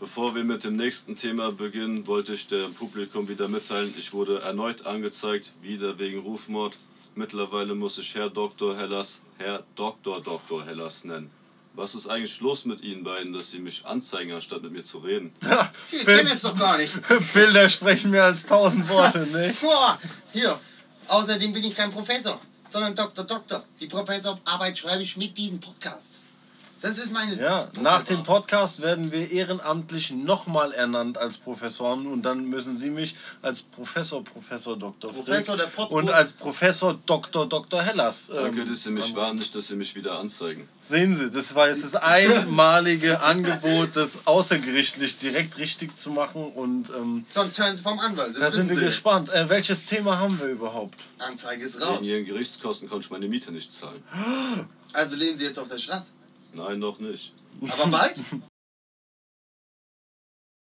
Bevor wir mit dem nächsten Thema beginnen, wollte ich dem Publikum wieder mitteilen, ich wurde erneut angezeigt, wieder wegen Rufmord. Mittlerweile muss ich Herr Dr. Hellas, Herr Dr. Dr. Hellas nennen. Was ist eigentlich los mit Ihnen beiden, dass Sie mich anzeigen, anstatt mit mir zu reden? Wir kennen uns doch gar nicht. Bilder sprechen mehr als tausend Worte, ne? Boah, hier. Außerdem bin ich kein Professor, sondern Doktor Doktor. Die Professorarbeit schreibe ich mit diesem Podcast. Das ist meine. Ja, nach dem Podcast werden wir ehrenamtlich nochmal ernannt als Professoren und dann müssen Sie mich als Professor, Professor Dr. Frick Professor der Pop- und als Professor Dr. Dr. Hellas. ähm, Danke, dass Sie mich warnen, nicht, dass Sie mich wieder anzeigen. Sehen Sie, das war jetzt das einmalige Angebot, das außergerichtlich direkt richtig zu machen und ähm, Sonst hören Sie vom Anwalt. Das da sind wir wissen Sie. gespannt. Äh, welches Thema haben wir überhaupt? Anzeige ist Wegen raus. Ihren Gerichtskosten konnte ich meine Miete nicht zahlen. Also leben Sie jetzt auf der Straße. Nein, noch nicht. Aber bald?